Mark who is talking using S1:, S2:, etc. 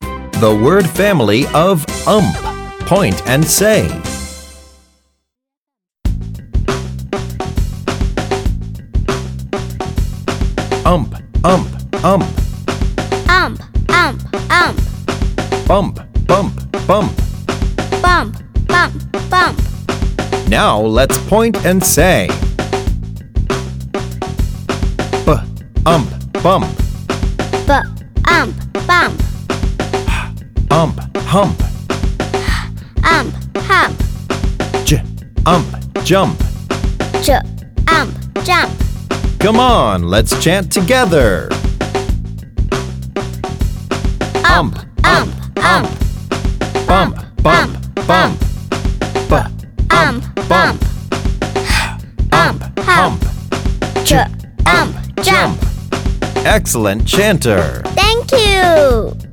S1: the word family of ump. Point and say. Ump, ump, ump,
S2: Ump, ump, ump.
S1: bump, bump, bump.
S2: Bump, bump, bump.
S1: Now let's point and say. B, ump, bump,
S2: B, ump, bump.
S1: ump, hump.
S2: Ump, hump.
S1: J, ump, jump.
S2: J, ump, jump.
S1: Come on, let's chant together.
S2: Ump, ump, ump.
S1: Bump, bump, bump. B,
S2: Ump, bump.
S1: ump, hump.
S2: J, ump, jump.
S1: Excellent chanter.
S2: Thank you.